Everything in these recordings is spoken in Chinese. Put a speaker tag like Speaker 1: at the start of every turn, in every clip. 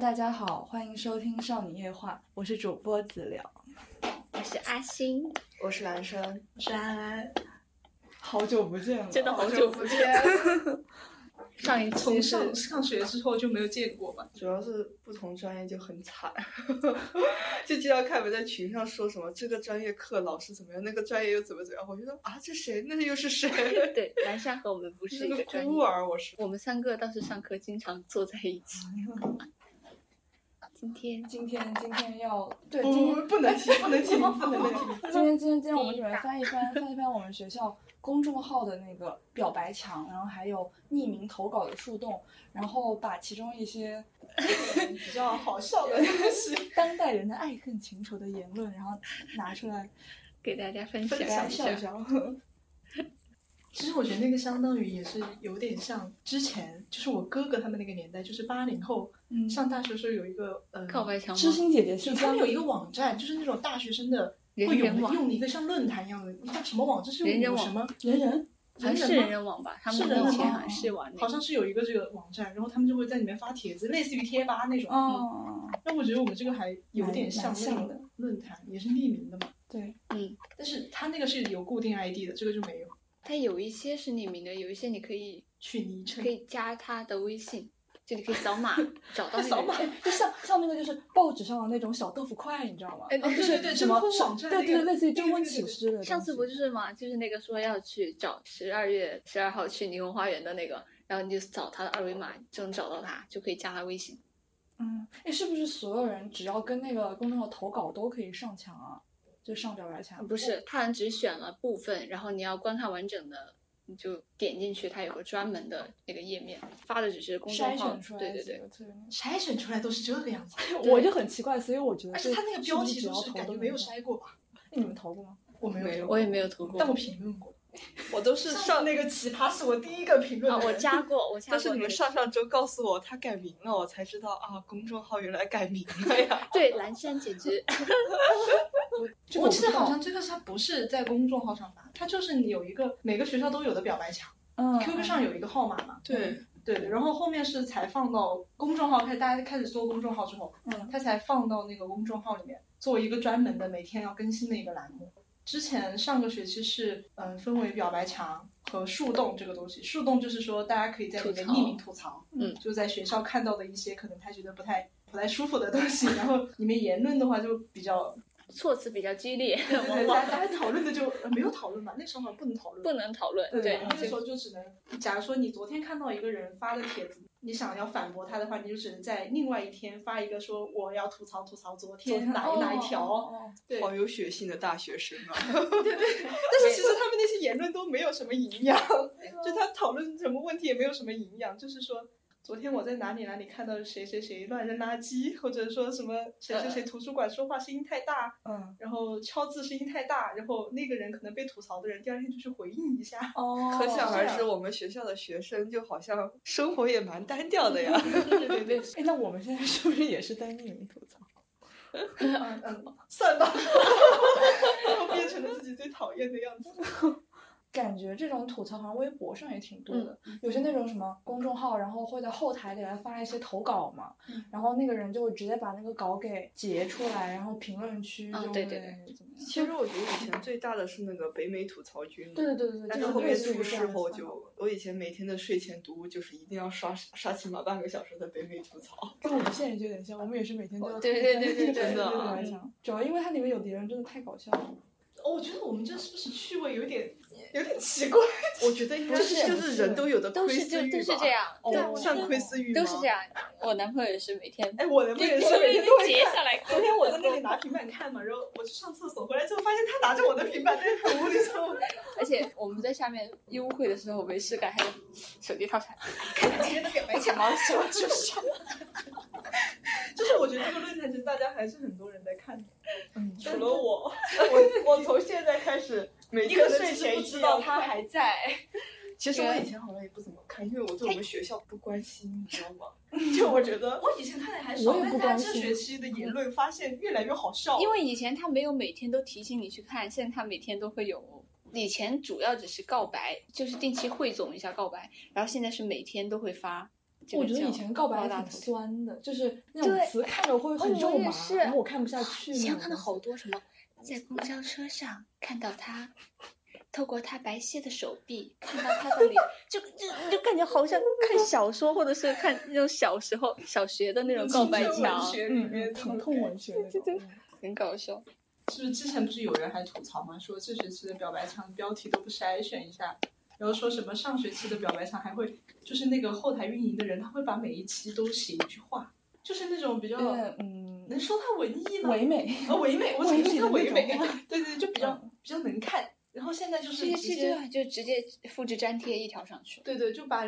Speaker 1: 大家好，欢迎收听《少女夜话》，我是主播子聊，
Speaker 2: 我是阿星，
Speaker 3: 我是兰生，
Speaker 4: 我是安安，
Speaker 1: 好久不见了，
Speaker 2: 真的好久不 见。
Speaker 4: 上一期是上学之后就没有见过吧？
Speaker 3: 主要是不同专业就很惨， 就经常看我们在群上说什么这个专业课老师怎么样，那个专业又怎么怎么样。我觉得啊，这谁？那又 是谁？
Speaker 2: 对，南山和我们不是一
Speaker 3: 个
Speaker 2: 专
Speaker 3: 孤
Speaker 2: 业。
Speaker 3: 儿，我是。
Speaker 2: 我们三个当时上课经常坐在一起。今天
Speaker 1: 今天今天要对
Speaker 4: 嗯
Speaker 3: 不
Speaker 1: 今天
Speaker 3: 不不能提，不能提，不能提。
Speaker 1: 今天今天今天我们
Speaker 2: 第
Speaker 1: 给你
Speaker 2: 一
Speaker 1: 们
Speaker 2: 大
Speaker 1: 翻一翻翻一翻我们学校公众号的那个表白墙，然后还有匿名投稿的树洞，然后把其中一些
Speaker 3: 比较好笑的东西，
Speaker 1: 当代人的爱恨情仇的言论，然后拿出来
Speaker 2: 给大家分享
Speaker 3: 分
Speaker 2: 一
Speaker 3: 享
Speaker 2: 下，
Speaker 3: 一下。
Speaker 4: 其实我觉得那个相当于也是有点像之前，就是我哥哥他们那个年代，就是八零后
Speaker 1: 嗯，
Speaker 4: 上大学的时候有一个呃，
Speaker 2: 告白 墙
Speaker 1: 知
Speaker 2: 吗？
Speaker 1: 心姐姐
Speaker 4: 就
Speaker 1: 信
Speaker 4: 他
Speaker 1: 箱
Speaker 4: 们有一个网站，就是那种大学生的
Speaker 2: 人
Speaker 4: 会有
Speaker 2: 人网
Speaker 4: 用的一个像论坛一样的，你叫什么网？这是
Speaker 2: 人人
Speaker 4: 有
Speaker 2: 网
Speaker 4: 什么？
Speaker 1: 人人
Speaker 2: 好像是人人网吧，他们
Speaker 4: 是人
Speaker 2: 以
Speaker 4: 人
Speaker 2: 前
Speaker 1: 网
Speaker 2: 好像是玩那
Speaker 4: 好
Speaker 2: 个。
Speaker 4: 像是有一个这个网站，然后他们就会在里面发帖子，类似于贴吧那种。
Speaker 1: 哦，
Speaker 4: 但我觉得我们这个还有点
Speaker 1: 蛮
Speaker 4: 像那
Speaker 1: 蛮像
Speaker 4: 种论坛，也是匿名的嘛。
Speaker 1: 对，
Speaker 2: 嗯，
Speaker 4: 但是他那个是有固定 ID 的，这个就没有。
Speaker 2: 它有一些是匿名的，有一些你可以
Speaker 4: 取昵称
Speaker 2: 可，以加他的微信，就你可以扫码找到那个人。
Speaker 4: 扫码哦
Speaker 1: 就像像那个就是报纸上的那种小豆腐块，你知道吗？
Speaker 2: 哎
Speaker 4: 哦，对对对，
Speaker 1: 什
Speaker 4: 征
Speaker 1: 么
Speaker 4: 婚
Speaker 1: 是
Speaker 4: 网站那
Speaker 1: 对
Speaker 4: 个，
Speaker 1: 对对，类似于征
Speaker 4: 对
Speaker 1: 婚
Speaker 4: 对对
Speaker 1: 启
Speaker 4: 对
Speaker 1: 事的东西。
Speaker 2: 上次不就是嘛，就是那个说要去找十二月十二号去霓虹花园的那个，然后你就扫他的二维码就能找到他，就可以加他微信。
Speaker 1: 嗯，哎，是不是所有人只要跟那个公众号投稿都可以上墙啊？就上表白墙？
Speaker 2: 不是，他好像只选了部分，然后你要观看完整的，你就点进去，它有个专门的那个页面，发的只是公
Speaker 1: 筛
Speaker 2: 众号
Speaker 1: 选出。来
Speaker 2: 对
Speaker 1: 的
Speaker 2: 对
Speaker 1: 几
Speaker 2: 对，
Speaker 1: 个特别那
Speaker 4: 筛选出来都是这个样子，
Speaker 1: 个，我就很奇怪，所以我觉得
Speaker 4: 而
Speaker 1: 这
Speaker 4: 且他那个标题
Speaker 1: 是不
Speaker 4: 就是
Speaker 1: 只
Speaker 4: 是
Speaker 1: 要投
Speaker 4: 感
Speaker 1: 都
Speaker 4: 觉
Speaker 1: 能
Speaker 4: 没有
Speaker 1: 上
Speaker 4: 筛过嗯吧？
Speaker 1: 那你们投过吗？
Speaker 4: 我没有
Speaker 3: 没有
Speaker 4: 投过，
Speaker 2: 我也没有投过
Speaker 4: 但我评论过。
Speaker 3: 我都是
Speaker 4: 上
Speaker 3: 上
Speaker 4: 次那个奇葩是我第一个评论
Speaker 2: 啊，
Speaker 4: 的
Speaker 2: 我
Speaker 4: 人
Speaker 2: 加过，我加过、那
Speaker 3: 但是你们
Speaker 2: 个
Speaker 3: 上上周告诉我他改名了，我才知道啊，公众号原来改名 了呀。
Speaker 2: 对蓝山姐姐，
Speaker 1: 这个
Speaker 4: 我
Speaker 1: 我
Speaker 4: 记
Speaker 1: 不
Speaker 4: 得
Speaker 1: 知
Speaker 4: 好
Speaker 1: 道
Speaker 4: 像这个它不是在公众号上发，它就是有一个每个学校都有的表白墙
Speaker 1: 嗯
Speaker 4: ，QQ 上有一个号码嘛。
Speaker 3: 对，
Speaker 4: 对，然后后面是才放到公众号开，大家开始做公众号之后，
Speaker 1: 嗯
Speaker 4: 它才放到那个公众号里面，做一个专门的每天要更新的一个栏目。之前上个学期是嗯、分为表白墙和树洞这个东西，树洞就是说大家可以在里面
Speaker 2: 吐槽
Speaker 4: 匿名吐槽，
Speaker 2: 嗯
Speaker 4: 就在学校看到的一些可能他觉得不太不太舒服的东西，然后你们言论的话就 比较
Speaker 2: 措辞比较激烈，
Speaker 4: 对对
Speaker 2: 往
Speaker 4: 对，
Speaker 2: 往
Speaker 4: 大家大家讨论的就呃没有讨论吧，那时候好像不能讨论，
Speaker 2: 不能讨论。对，
Speaker 4: 那个时候就只能，假如说你昨天看到一个人发的帖子，你想要反驳他的话，你就只能在另外一天发一个说我要吐槽吐槽昨天哪一哪一条，
Speaker 1: 哦哦哦
Speaker 4: 对。
Speaker 3: 好有血性的大学生啊！
Speaker 4: 但是其实他们那些言论都没有什么营养，就他讨论什么问题也没有什么营养，就是说。昨天我在哪里哪里看到谁谁谁乱扔垃圾，或者说什么谁谁谁图书馆说话声音太大，
Speaker 1: 嗯
Speaker 4: 然后敲字声音太大，然后那个人可能被吐槽的人第二天就去回应一下，
Speaker 1: 哦，
Speaker 3: 可想而
Speaker 4: 这
Speaker 3: 知，
Speaker 4: 样
Speaker 3: 我们学校的学生就好像生活也蛮单调的呀。
Speaker 4: 对对对，
Speaker 1: 哎，那我们现在是不是也是在匿名吐槽？
Speaker 4: 嗯嗯，算吧， 最后变成了自己最讨厌的样子。
Speaker 1: 感觉这种吐槽好像微博上也挺多
Speaker 2: 嗯
Speaker 1: 的，有些那种什么公众号，然后会在后台给他发一些投稿嘛，
Speaker 4: 嗯
Speaker 1: 然后那个人就会直接把那个稿给截出来，然后评论区就
Speaker 2: 啊
Speaker 1: 会、
Speaker 2: 对对
Speaker 1: 怎么样？
Speaker 3: 其实我觉得以前最大的是那个北美吐槽君，
Speaker 1: 对对对对对，
Speaker 3: 但
Speaker 1: 就是是
Speaker 3: 后
Speaker 1: 类
Speaker 3: 面
Speaker 1: 似于
Speaker 3: 出
Speaker 1: 这
Speaker 3: 事
Speaker 1: 样
Speaker 3: 后
Speaker 1: 子
Speaker 3: 就，我以前每天的睡前读物就是一定要刷刷起码半个小时的北美吐槽。
Speaker 1: 跟我们现在就有点像，我们也是每天都要
Speaker 2: 哦对对对对对啊
Speaker 3: 真的
Speaker 1: 对来讲，主要因为它里面有的人真的太搞笑了，
Speaker 4: 哦，我觉得我们这是不是趣味有点有点奇怪？
Speaker 3: 我觉得应该
Speaker 1: 不
Speaker 3: 是
Speaker 1: 是
Speaker 3: 就是人都有的
Speaker 2: 都
Speaker 3: 窥
Speaker 2: 是就
Speaker 3: 私欲
Speaker 2: 都是
Speaker 3: 吧
Speaker 2: 这，样，
Speaker 1: 哦
Speaker 2: 对
Speaker 1: 我
Speaker 3: 算窥私欲吗
Speaker 2: 都是这。样。我男朋友也是每天，
Speaker 4: 哎，我的妹也是每
Speaker 2: 每
Speaker 4: 天都会
Speaker 2: 截
Speaker 4: 看。
Speaker 2: 下 来。
Speaker 4: 昨天我在那里拿平板看嘛，然后我去上厕所，回来之后发现他拿着我的平板在读，你知道吗？
Speaker 2: 而且我们在下面幽会的时候没事干，还有手机掏出来
Speaker 4: 看他今天的表白墙，
Speaker 2: 抢毛球。
Speaker 4: 就是，就是我觉得这个论坛其实大家还是很多人在看的，
Speaker 1: 嗯，
Speaker 4: 除了我，
Speaker 3: 我我从现在开始每
Speaker 4: 一
Speaker 3: 天
Speaker 4: 个
Speaker 3: 的
Speaker 4: 睡
Speaker 3: 知识
Speaker 4: 前
Speaker 3: 不
Speaker 4: 一
Speaker 3: 知
Speaker 4: 定
Speaker 3: 道
Speaker 4: 要
Speaker 3: 他
Speaker 4: 看
Speaker 3: 还在。其实我以前好像也不怎么看，因为我对我们学校不关心，你知道吗？
Speaker 4: 就我觉得我以前看的还少，
Speaker 1: 我也
Speaker 4: 但
Speaker 1: 不
Speaker 4: 是他
Speaker 1: 关
Speaker 4: 这
Speaker 1: 心
Speaker 4: 学期的言论发现越来越好笑了。
Speaker 2: 因为以前他没有每天都提醒你去看，现在他每天都会有。以前主要只是告白，就是定期汇总一下告白，然后现在是每天都会发，这 个
Speaker 1: 我觉得
Speaker 2: 叫
Speaker 1: 以前告白
Speaker 2: 高
Speaker 1: 还
Speaker 2: 大
Speaker 1: 挺
Speaker 2: 头
Speaker 1: 酸的，就是那种
Speaker 2: 对
Speaker 1: 词看着我会很
Speaker 2: 哦
Speaker 1: 肉
Speaker 2: 我也
Speaker 1: 麻，
Speaker 2: 是
Speaker 1: 然后我看不下去
Speaker 2: 以
Speaker 1: 那种东西。
Speaker 2: 前看到好多
Speaker 1: 嗯
Speaker 2: 什么，在公交车上看到他，透过他白皙的手臂看到他的脸，就就就感觉好像看小说，或者是看那种小时候小学的那种告白墙，
Speaker 1: 嗯嗯疼痛文学那种。嗯
Speaker 2: 很搞笑。
Speaker 4: 是不是之前不是有人还吐槽吗？说这学期的表白墙标题都不筛选一下，然后说什么上学期的表白墙还会，就是那个后台运营的人，他会把每一期都写一句话，就是那种比较、
Speaker 1: 嗯，
Speaker 4: 能说他文艺吗？
Speaker 1: 唯美。
Speaker 4: 啊唯美，我只能说他唯
Speaker 1: 唯美的
Speaker 4: 美
Speaker 1: 那。
Speaker 4: 对对，就比较、比较能看。然后现在就是
Speaker 2: 这些
Speaker 4: 直
Speaker 2: 期
Speaker 4: 接
Speaker 2: 就就直接复制粘贴一条上去，
Speaker 4: 对对，就把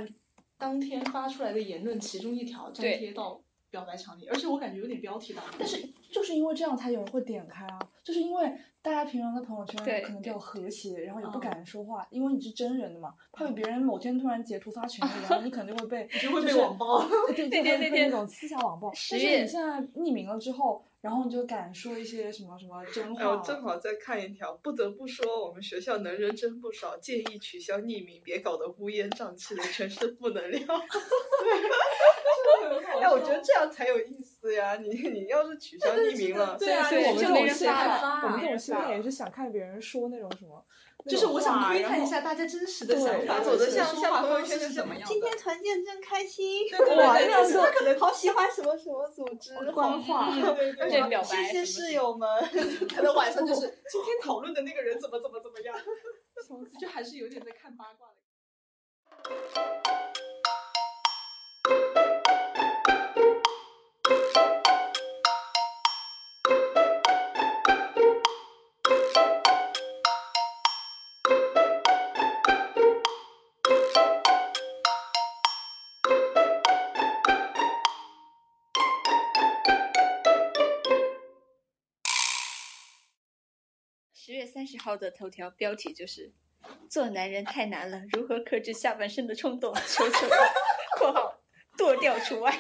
Speaker 4: 当天发出来的言论其中一条粘
Speaker 2: 对
Speaker 4: 贴到表白墙里，而且我感觉有点标题党。
Speaker 1: 但是就是因为这样才有人会点开啊，就是因为大家平常在朋友
Speaker 2: 对
Speaker 1: 圈可能比较和谐，然后也不
Speaker 4: 嗯
Speaker 1: 敢说话，因为你是真人的嘛，怕被别人某天突然截图发群里，然后你可能就会被
Speaker 4: 你就会被
Speaker 1: 是
Speaker 4: 网暴。
Speaker 1: 对对
Speaker 2: 对对
Speaker 1: 对
Speaker 2: 对
Speaker 1: 对，
Speaker 2: 对
Speaker 1: 那种私下网暴。
Speaker 2: 十
Speaker 1: 但是
Speaker 2: 月
Speaker 1: 你现在匿名了之后，然后你就敢说一些什么什么真
Speaker 3: 哎，
Speaker 1: 话，
Speaker 3: 我正好在看一条，不得不说，我们学校能人真不少，建议取消匿名，别搞得乌烟瘴气的，全是负能 量。哎，我觉得这样才有意思呀！你你要是取消匿名了，
Speaker 1: 对啊，
Speaker 2: 对
Speaker 1: 我
Speaker 2: 对
Speaker 1: 们
Speaker 2: 就
Speaker 1: 这
Speaker 2: 没
Speaker 1: 种
Speaker 2: 人
Speaker 1: 心
Speaker 2: 发
Speaker 1: 态，
Speaker 2: 了
Speaker 1: 我们这
Speaker 2: 没
Speaker 1: 种
Speaker 2: 人
Speaker 1: 心
Speaker 2: 发
Speaker 1: 态也是想看别人说那种什么，那
Speaker 4: 就是
Speaker 1: 种
Speaker 4: 我想
Speaker 1: 话
Speaker 4: 窥
Speaker 1: 然
Speaker 4: 探一
Speaker 1: 后
Speaker 4: 下大家真实的
Speaker 1: 对
Speaker 4: 想法，
Speaker 1: 然
Speaker 3: 走
Speaker 4: 的
Speaker 3: 的像
Speaker 4: 说话
Speaker 3: 像朋友
Speaker 4: 方式
Speaker 3: 圈
Speaker 4: 是
Speaker 3: 是
Speaker 4: 怎么样的？
Speaker 5: 今天团建真开心，
Speaker 4: 对对
Speaker 1: 哇
Speaker 4: 对
Speaker 1: 那样
Speaker 4: 对
Speaker 1: 子
Speaker 4: 对，哦
Speaker 5: 他可能好喜欢什么什么组织
Speaker 1: 官话
Speaker 5: 对对对
Speaker 2: 对表白
Speaker 5: 谢谢
Speaker 2: 什么
Speaker 5: 室友们。
Speaker 4: 可能晚上 就是今天讨论的那个人怎么怎么怎么样，就还是有点在看八卦的。
Speaker 2: 十月三十号的头条标题就是“做男人太难了，如何克制下半身的冲动？求求我！” （ 括号剁掉除外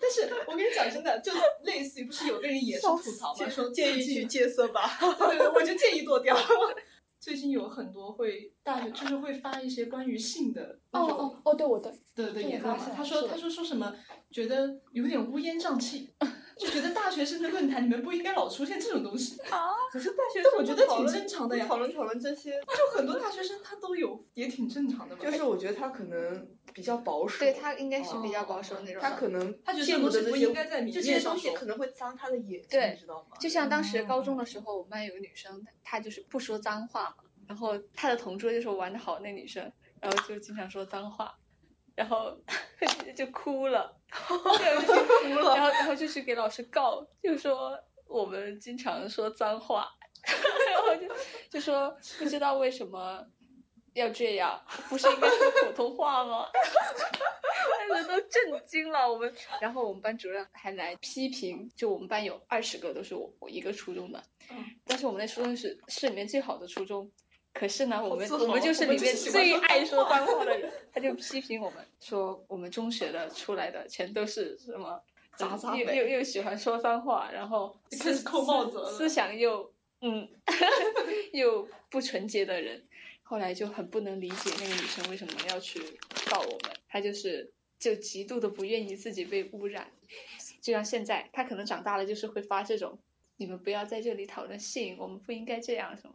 Speaker 4: 但是我跟你讲真的，就类似于不是有个人也是吐槽吗？说
Speaker 3: 建议去戒色吧。
Speaker 4: 对对，我就建议剁掉。 最近有很多会大学就是会发一些关于性的
Speaker 1: 哦
Speaker 4: 那种
Speaker 1: 哦哦，对我的，
Speaker 4: 的的
Speaker 1: 这个
Speaker 4: 言
Speaker 1: 发
Speaker 4: 论嘛
Speaker 1: 现，
Speaker 4: 他
Speaker 1: 是
Speaker 4: 说
Speaker 1: 的
Speaker 4: 他说说什么，觉得有点乌烟瘴气， 就觉得大学生的论坛里面不应该老出现这种东西。
Speaker 5: 啊，
Speaker 4: 可是大学生我觉得
Speaker 3: 讨
Speaker 4: 挺
Speaker 3: 论
Speaker 4: 正常的呀，
Speaker 3: 讨论讨论这些，
Speaker 4: 就很多大学生他都有，也挺正常的嘛。
Speaker 3: 就是我觉得他可能比较保”，守，
Speaker 2: 对他应该是比较保守那种。
Speaker 3: 他可能
Speaker 4: 他觉得这
Speaker 3: 见
Speaker 4: 种
Speaker 3: 过
Speaker 4: 东西
Speaker 3: 的这
Speaker 4: 不
Speaker 3: 些
Speaker 4: 应该在明
Speaker 3: 就这
Speaker 4: 面
Speaker 3: 些东
Speaker 4: 上
Speaker 3: 西
Speaker 4: 说。
Speaker 3: 可能会脏他的眼睛，
Speaker 2: 对
Speaker 3: 你知道吗？
Speaker 2: 就像当时高中的时候，我们班有个女生，她就是不说脏话嘛，然后她的同桌就说玩的好那女生，然后就经常说脏话，然后就哭了，然 后就哭了，然后然后就去给老师告，就说我们经常说脏话，然后就就说不知道为什么。要这样，不是应该说普通话 吗？大哎家都震惊了。我们然后我们班主任还来批评，就我们班有二十个都是我我一个初中的，
Speaker 4: 嗯
Speaker 2: 但是我们那初中是市里面最好的初中，可是呢，我们
Speaker 4: 自豪
Speaker 2: 我们就
Speaker 4: 我
Speaker 2: 是
Speaker 4: 们
Speaker 2: 里
Speaker 4: 就
Speaker 2: 面
Speaker 4: 是喜欢
Speaker 2: 最
Speaker 4: 说
Speaker 2: 爱说脏话的人，他就批评我们说我们中学的出来的全都是什么。
Speaker 3: 渣渣
Speaker 2: 又
Speaker 3: 呗
Speaker 2: 又又喜欢说脏话，然后
Speaker 4: 就开始
Speaker 2: 思
Speaker 4: 扣帽子了
Speaker 2: 思思想又嗯 又不纯洁的人，后来就很不能理解那个女生为什么要去告我们，她就是就极度的不愿意自己被污染，就像现在，她可能长大了就是会发这种，你们不要在这里讨论性，我们不应该这样什么。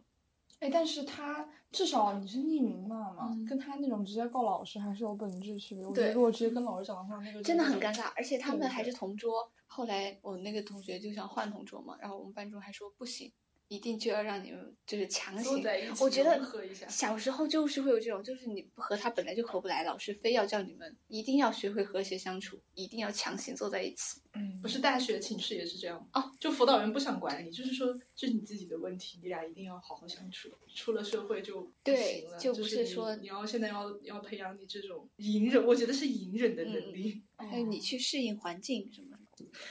Speaker 1: 哎，但是他至少你是匿名嘛嘛，
Speaker 4: 嗯
Speaker 1: 跟他那种直接告老师还是有本质区别。我觉
Speaker 2: 对嗯
Speaker 1: 得如果直接跟老师讲的话，那个
Speaker 2: 真的很
Speaker 1: 尬。
Speaker 2: 尴尬，而且他们
Speaker 1: 对
Speaker 2: 还是同桌。后来我那个同学就想换同桌嘛，然后我们班主任还说不行，一定就要让你们就是强
Speaker 4: 都
Speaker 2: 行
Speaker 4: 在一起
Speaker 2: 我觉得
Speaker 4: 融合一下
Speaker 2: 小时候就是会有这种，就是你不和他本来就合不来，老师非要叫你们一定要学会和谐相处，一定要强行坐在一起。
Speaker 1: 嗯
Speaker 4: 不是大学寝室也是这样
Speaker 2: 哦，
Speaker 4: 就辅导员不想管你，就是说这是你自己的问题，你俩啊一定要好好相处。出了社会就不
Speaker 2: 对
Speaker 4: 行了，
Speaker 2: 就
Speaker 4: 就
Speaker 2: 不
Speaker 4: 是
Speaker 2: 是说
Speaker 4: 你你要现在要要培养你这种隐忍，我觉得是隐忍
Speaker 2: 嗯
Speaker 4: 的能力。
Speaker 2: 还有你
Speaker 3: 哦
Speaker 2: 去适应环境什么的。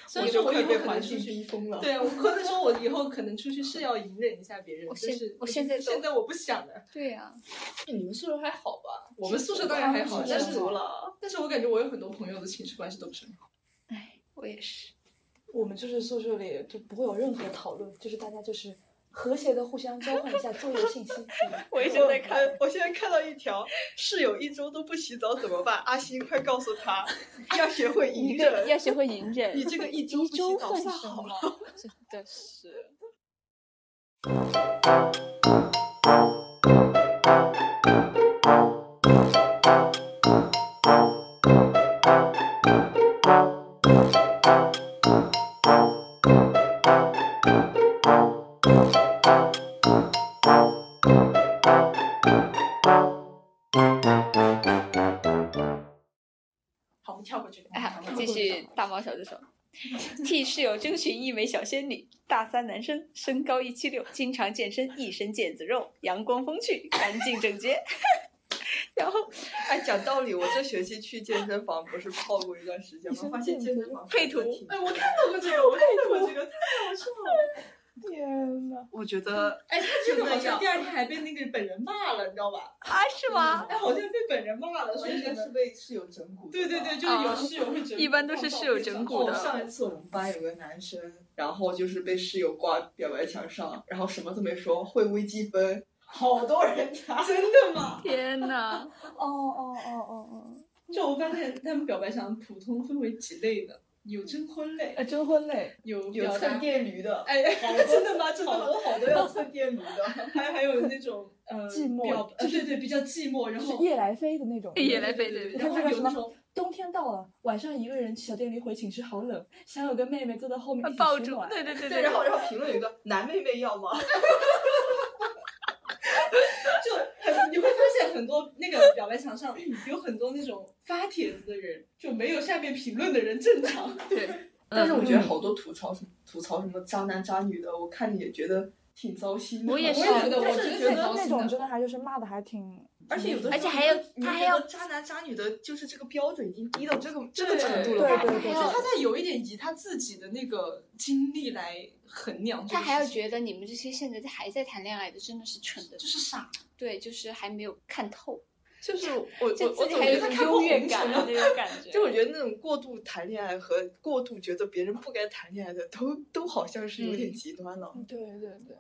Speaker 4: 所以
Speaker 3: 我就
Speaker 4: 我以
Speaker 3: 会
Speaker 4: 后
Speaker 3: 被
Speaker 4: 可能
Speaker 3: 环
Speaker 4: 出
Speaker 3: 境
Speaker 4: 去
Speaker 3: 逼疯了。
Speaker 4: 对啊，我或者说我以后可能出去是要隐忍一下别人，
Speaker 2: 我
Speaker 4: 就
Speaker 2: 现
Speaker 4: 是
Speaker 2: 我现在都
Speaker 4: 现在我不想了。
Speaker 2: 对啊呀、
Speaker 3: 哎你们宿舍还好吧？
Speaker 4: 我们宿舍当然还好，
Speaker 1: 是
Speaker 4: 但
Speaker 1: 知
Speaker 4: 是
Speaker 1: 足
Speaker 3: 了。
Speaker 4: 但是我感觉我有很多朋友的寝室关系都不是很好。
Speaker 2: 哎，我也是。
Speaker 1: 我们就是宿舍里就不会有任何讨论，就是大家就是
Speaker 6: 和谐的互相交换一下作业信息。
Speaker 3: 我一直在看，我现在看到一条，室友一周都不洗澡怎么办？阿星，快告诉 他，要学会隐
Speaker 2: 一个
Speaker 3: 忍。
Speaker 2: 要学会隐忍。
Speaker 3: 你这个一周不洗澡算好了。
Speaker 2: 了，真的是。
Speaker 4: 好，我们跳过去。
Speaker 2: 哎呀，继续大猫小助手，替室友争取一枚小仙女。大三男生，身高一七六，经常健身，一身腱子肉，阳光风趣，干净整洁。 然后
Speaker 3: 哎，讲道理，我这学期去健身房不是泡过一段时间吗？发现健身房
Speaker 2: 配图
Speaker 3: 真的挺
Speaker 4: 哎，我看到过这个，我看到过这个，太好笑了。
Speaker 1: 天呐，
Speaker 3: 我觉得
Speaker 4: 哎，他这个好
Speaker 3: 真的要
Speaker 4: 像第二天还被那个本人骂了，你知道吧？
Speaker 2: 啊，是吗？
Speaker 4: 哎，好像被本人骂
Speaker 3: 嗯
Speaker 4: 了，所啊以呢
Speaker 3: 被室友整 蛊
Speaker 4: 对对对，就是有室友会整蛊，
Speaker 2: 一般都是室友整蛊的
Speaker 4: 哦上
Speaker 3: 上
Speaker 4: 一
Speaker 3: 一
Speaker 4: 次
Speaker 3: 次我们班有个男生，然后就是被室友挂表白墙上，然后什么都没说，会微积分，好多人加。
Speaker 4: 真的吗？
Speaker 2: 天呐，
Speaker 1: 哦哦哦哦哦，
Speaker 4: 就我发现他们表白墙普通分为几类呢？有征婚类，
Speaker 1: 呃，征婚类，
Speaker 4: 有
Speaker 3: 有
Speaker 4: 表
Speaker 3: 蹭
Speaker 4: 达，
Speaker 3: 电驴的，
Speaker 4: 哎， 真的吗？真的
Speaker 3: 好
Speaker 4: 吗？
Speaker 3: 多好多要蹭电驴 的。
Speaker 4: 还还有那种呃
Speaker 1: 寂寞
Speaker 4: 表呃对对，比较寂寞，然
Speaker 1: 就是
Speaker 4: 后
Speaker 1: 夜来飞的那种。
Speaker 2: 夜来飞
Speaker 4: 对
Speaker 2: 对
Speaker 4: 对对，
Speaker 6: 对
Speaker 4: 然后有那 种
Speaker 6: 冬天到了，晚上一个人去小店里回寝室，好冷，想有个妹妹坐在后面一起
Speaker 2: 抱
Speaker 6: 取
Speaker 2: 住
Speaker 6: 暖，
Speaker 2: 对对对
Speaker 3: 对，然后然后评论有一个男妹妹要吗？
Speaker 4: 就很你会发现很多那个表白墙上嗯有很多那种发帖子的人，就没有下面评论的人正常。
Speaker 3: 但是我觉得好多吐槽什么吐槽什么渣男渣女的，我看也觉得挺糟心的。
Speaker 2: 我也
Speaker 4: 我
Speaker 2: 是
Speaker 4: 也觉得，
Speaker 1: 但
Speaker 4: 我
Speaker 1: 是那
Speaker 4: 真的觉得
Speaker 1: 那种真的还就是骂的还挺，
Speaker 3: 而且有的时候
Speaker 2: 而且还要
Speaker 3: 你
Speaker 2: 他
Speaker 3: 觉
Speaker 2: 还要
Speaker 3: 得渣男渣女的，就是这个标准已经低到这个这个
Speaker 4: 对
Speaker 3: 程度
Speaker 1: 对
Speaker 3: 了吧？
Speaker 1: 对
Speaker 2: 还要
Speaker 1: 对，
Speaker 4: 他在有一点以他自己的那个经历来衡量这
Speaker 2: 他
Speaker 4: 个事情，
Speaker 2: 还要觉得你们这些现在还在谈恋爱的真的是蠢的，
Speaker 4: 就是傻，
Speaker 2: 对，就是还没有看透，
Speaker 3: 就是我我
Speaker 2: 就自
Speaker 3: 我
Speaker 2: 己
Speaker 3: 总
Speaker 2: 还有
Speaker 3: 觉
Speaker 2: 一
Speaker 3: 得
Speaker 2: 种
Speaker 3: 他看不
Speaker 2: 优越
Speaker 3: 懂
Speaker 2: 感的那种感觉。
Speaker 3: 就我觉得那种过度谈恋爱和过度觉得别人不该谈恋爱的，都都好像是有点极端了。
Speaker 6: 嗯对对对，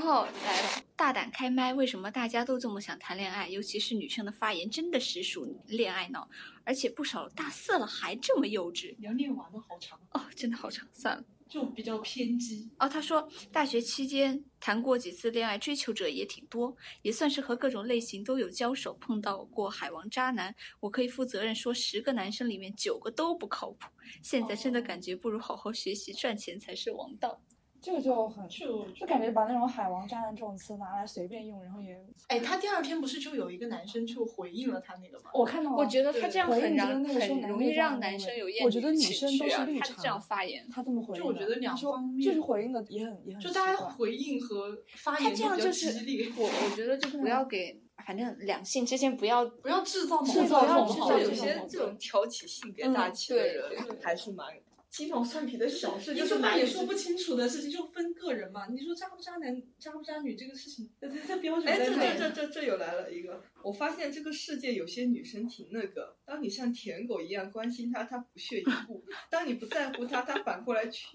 Speaker 2: 哦，来了，大胆开麦。为什么大家都这么想谈恋爱？尤其是女生的发言真的实属恋爱脑，而且不少大四了还这么幼稚。
Speaker 4: 你要念完了好长，啊
Speaker 2: 哦，真的好长，算了。
Speaker 4: 就比较偏激。
Speaker 2: 哦，他说大学期间谈过几次恋爱，追求者也挺多，也算是和各种类型都有交手，碰到过海王渣男。我可以负责任说，十个男生里面九个都不靠谱。现在真的感觉不如好好学习，赚钱才是王道。
Speaker 6: 这个就很，
Speaker 4: 就
Speaker 6: 就感觉把那种海王渣男这种词拿来随便用，然后也
Speaker 4: 哎，他第二天不是就有一个男生就回应了他那个吗？
Speaker 6: 我看到了，
Speaker 2: 我觉得他
Speaker 4: 对
Speaker 2: 这样
Speaker 6: 回
Speaker 2: 很
Speaker 6: 应
Speaker 2: 让
Speaker 6: 就是那个说
Speaker 2: 很
Speaker 6: 男
Speaker 2: 容
Speaker 6: 的
Speaker 2: 易
Speaker 6: 这
Speaker 2: 让
Speaker 6: 样的
Speaker 2: 男
Speaker 6: 那
Speaker 2: 生
Speaker 6: 个
Speaker 2: 有
Speaker 6: 我
Speaker 2: 厌
Speaker 6: 觉
Speaker 2: 女
Speaker 6: 得女
Speaker 2: 情
Speaker 6: 生都
Speaker 2: 绪
Speaker 6: 是
Speaker 2: 啊
Speaker 6: 绿
Speaker 2: 他这样
Speaker 6: 茶
Speaker 2: 发言，
Speaker 6: 他这么回应
Speaker 4: 就
Speaker 6: 的，
Speaker 4: 我觉得两
Speaker 6: 他说
Speaker 4: 方面
Speaker 6: 就是回应的也很也很
Speaker 4: 就
Speaker 6: 奇
Speaker 4: 大家
Speaker 6: 怪
Speaker 4: 回应和发
Speaker 2: 他
Speaker 4: 言
Speaker 2: 这
Speaker 4: 都
Speaker 2: 样
Speaker 4: 比较
Speaker 2: 就是
Speaker 4: 激烈，
Speaker 2: 我我觉得就不
Speaker 1: 嗯
Speaker 2: 要给，反正两性之间不要
Speaker 4: 不要制造矛
Speaker 6: 制
Speaker 4: 盾，
Speaker 6: 造矛
Speaker 4: 好不
Speaker 6: 盾制造
Speaker 4: 好？
Speaker 3: 有
Speaker 6: 矛
Speaker 3: 些
Speaker 6: 盾
Speaker 3: 这种挑起性
Speaker 2: 嗯
Speaker 3: 别大气的人，还是蛮鸡毛蒜皮的小事，
Speaker 4: 一
Speaker 3: 就是
Speaker 4: 句话也
Speaker 3: 也
Speaker 4: 说不清楚的事情，就分个人嘛。你说渣不渣男、渣不渣女这个事情，它它它标准
Speaker 3: 哎，
Speaker 4: 在
Speaker 3: 这
Speaker 4: 哪
Speaker 3: 这
Speaker 4: 里？
Speaker 3: 这这这又来了一个！我发现这个世界有些女生挺那个，当你像舔狗一样关心她，她不屑一顾；当你不在乎她，她反过来趋，